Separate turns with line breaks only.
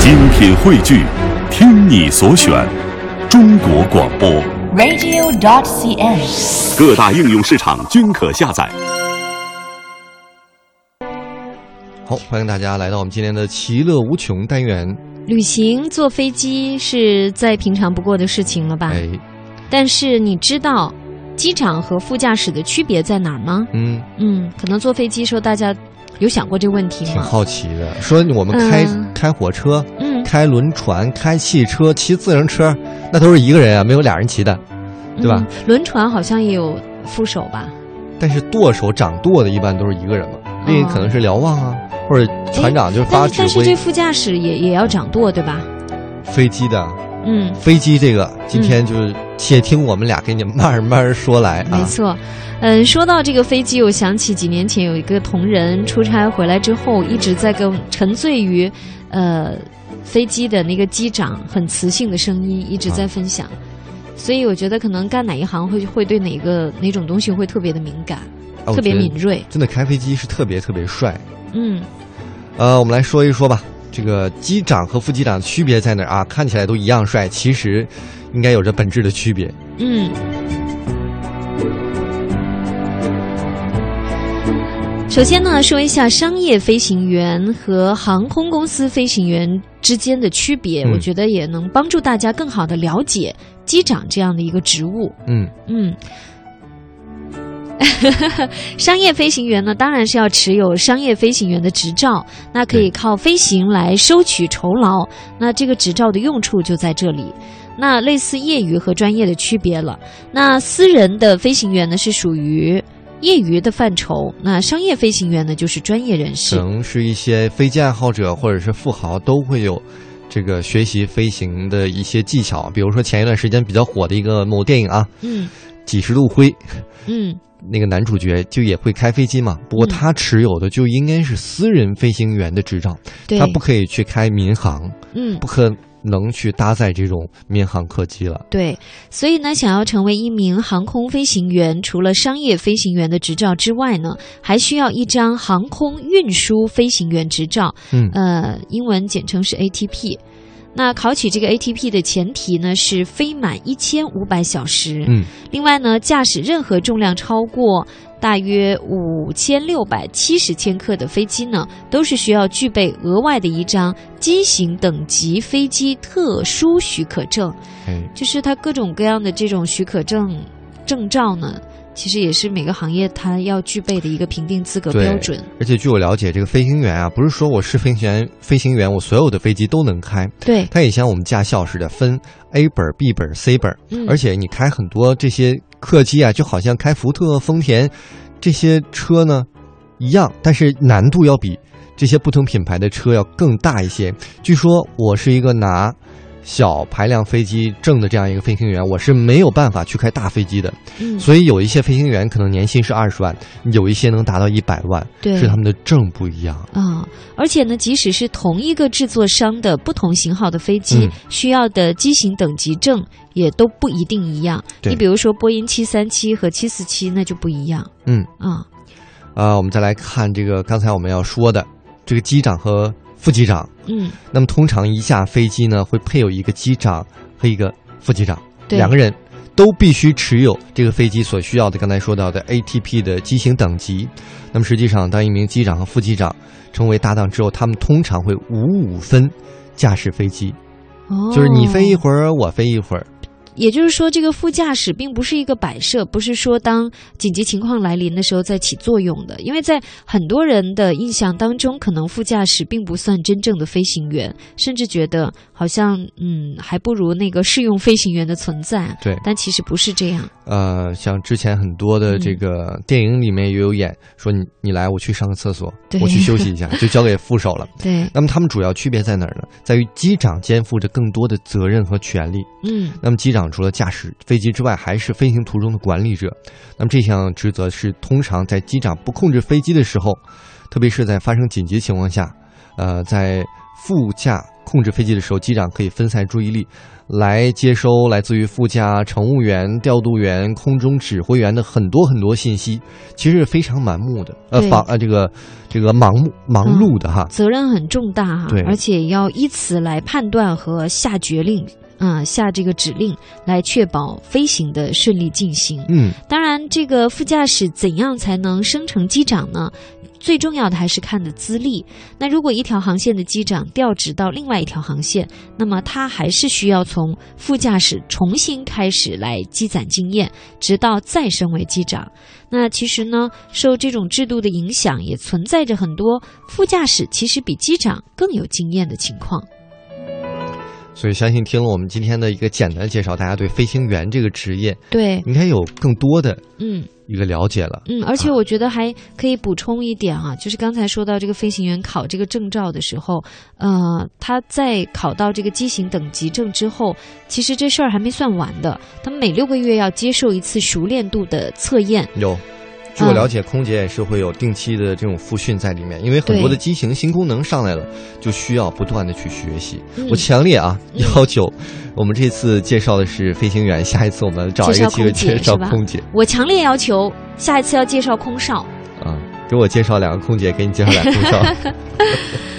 精品汇聚，听你所选，中国广播。
radio.cn
各大应用市场均可下载。
好，欢迎大家来到我们今天的“其乐无穷”单元。
旅行坐飞机是再平常不过的事情了吧？
哎，
但是你知道机场和副驾驶的区别在哪儿吗？
嗯，
嗯，可能坐飞机时候大家有想过这问题
挺
吗？
好奇的。说我们开、
嗯
开火车、
嗯，
开轮船、开汽车、骑自行车，那都是一个人啊，没有俩人骑的。对吧
嗯轮船好像也有副手吧？
但是舵手掌舵的一般都是一个人嘛，另一个可能是瞭望啊，或者船长就是发
但是
指
哦哎但是
挥
这。副驾驶也也要掌舵对吧？
飞机的
嗯，
飞机这个，今天就是且听我们俩给你慢慢说来
没
啊。
错，嗯，说到这个飞机，我想起几年前有一个同仁出差回来之后，一直在跟沉醉于，呃，飞机的那个机长很磁性的声音
啊
一直在分享，所以我觉得可能干哪一行会会对哪个哪种东西会特别的敏感，
啊我
特别
觉得
敏锐。
真的开飞机是特别特别帅。
嗯，
呃，我们来说一说吧，这个机长和副机长区别在哪儿啊？看起来都一样帅，其实应该有着本质的区别。
嗯，首先呢，说一下商业飞行员和航空公司飞行员之间的区别，
嗯
我觉得也能帮助大家更好的了解机长这样的一个职务。
嗯，
嗯。 商业飞行员呢，当然是要持有商业飞行员的执照，那可
对
以靠飞行来收取酬劳。那这个执照的用处就在这里。那类似业余和专业的区别了。那私人的飞行员呢，是属于业余的范畴；那商业飞行员呢，就是专业人
可
士。
能是一些飞机爱好者或者是富豪都会有这个学习飞行的一些技巧，比如说前一段时间比较火的一个某电影啊，
嗯
《几十度灰》，
嗯
那个男主角就也会开飞机嘛，不过
嗯
他持有的就应该是私人飞行员的执照，
对
他不可以去开民航，
嗯
不可能去搭载这种民航客机了。
对，所以呢，想要成为一名航空飞行员，除了商业飞行员的执照之外呢，还需要一张航空运输飞行员执照，
嗯
呃，英文简称是 ATP。那考取这个 ATP 的前提呢是飞满一千五百小时，
嗯，
另外呢，驾驶任何重量超过大约五千六百七十千克的飞机呢，都是需要具备额外的一张机型等级飞机特殊许可证。
哎，
就是它各种各样的这种许可证、证照呢，其实也是每个行业它要具备的一个评定资格标准。
而且据我了解，这个飞行员啊，不是说我是飞行员，飞行员我所有的飞机都能开，
对，
它也像我们驾校似的，分 A 本、B 本、C 本，
嗯
而且你开很多这些客机啊，就好像开福特、丰田这些车呢一样，但是难度要比这些不同品牌的车要更大一些。据说我是一个拿。小排量飞机证的这样一个飞行员，我是没有办法去开大飞机的，
嗯，
所以有一些飞行员可能年薪是二十万，有一些能达到一百万，
对
是他们的证不一样。
啊、而且呢，即使是同一个制作商的不同型号的飞机，
嗯
需要的机型等级证也都不一定一样。
对
你比如说波音七三七和七四七，那就不一样
嗯，
啊、
啊、我们再来看这个刚才我们要说的这个机长和副机长。
嗯，
那么通常一架飞机呢，会配有一个机长和一个副机长，
对，
两个人都必须持有这个飞机所需要的刚才说到的 ATP 的机型等级。那么实际上，当一名机长和副机长成为搭档之后，他们通常会五五分驾驶飞机，
哦、
就是你飞一会儿，我飞一会儿。
也就是说，这个副驾驶并不是一个摆设，不是说当紧急情况来临的时候再起作用的。因为在很多人的印象当中，可能副驾驶并不算真正的飞行员，甚至觉得好像嗯，还不如那个试用飞行员的存在。
对
但其实不是这样。
呃，像之前很多的这个电影里面也有演，说你你来，我去上个厕所
对，
我去休息一下，就交给副手了。
对，
那么他们主要区别在哪儿呢？在于机长肩负着更多的责任和权利。
嗯
那么机长除了驾驶飞机之外，还是飞行途中的管理者。那么这项职责是通常在机长不控制飞机的时候，特别是在发生紧急情况下，呃，在副驾控制飞机的时候，机长可以分散注意力，来接收来自于副驾、乘务员、调度员、空中指挥员的很多很多信息，其实是非常盲目的，呃，
对
防呃这个这个盲目忙碌的哈。
责任很重大哈
对，
而且要依此来判断和下决令，啊、下这个指令来确保飞行的顺利进行。
嗯，
当然，这个副驾驶怎样才能升成机长呢？最重要的还是看的资历。那如果一条航线的机长调职到另外一条航线，那么他还是需要从副驾驶重新开始来积攒经验，直到再升为机长。那其实呢，受这种制度的影响，也存在着很多副驾驶其实比机长更有经验的情况。
所以相信听了我们今天的一个简单的介绍，大家对飞行员这个职业
对，
应该有更多的
嗯。
一个了解了。
嗯，而且我觉得还可以补充一点啊，就是刚才说到这个飞行员考这个证照的时候，呃，他在考到这个机型等级证之后，其实这事儿还没算完的，他们每六个月要接受一次熟练度的测验。
有，据我了解，空姐也是会有定期的这种复训在里面，因为很多的机型新功能上来了，就需要不断的去学习。
嗯
我强烈啊
嗯
要求，我们这次介绍的是飞行员，下一次我们找一个机会介
介
绍
绍空姐是吧
空姐
我强烈要求下一次要介绍空少。
啊，给我介绍两个空姐，给你介绍两个空少。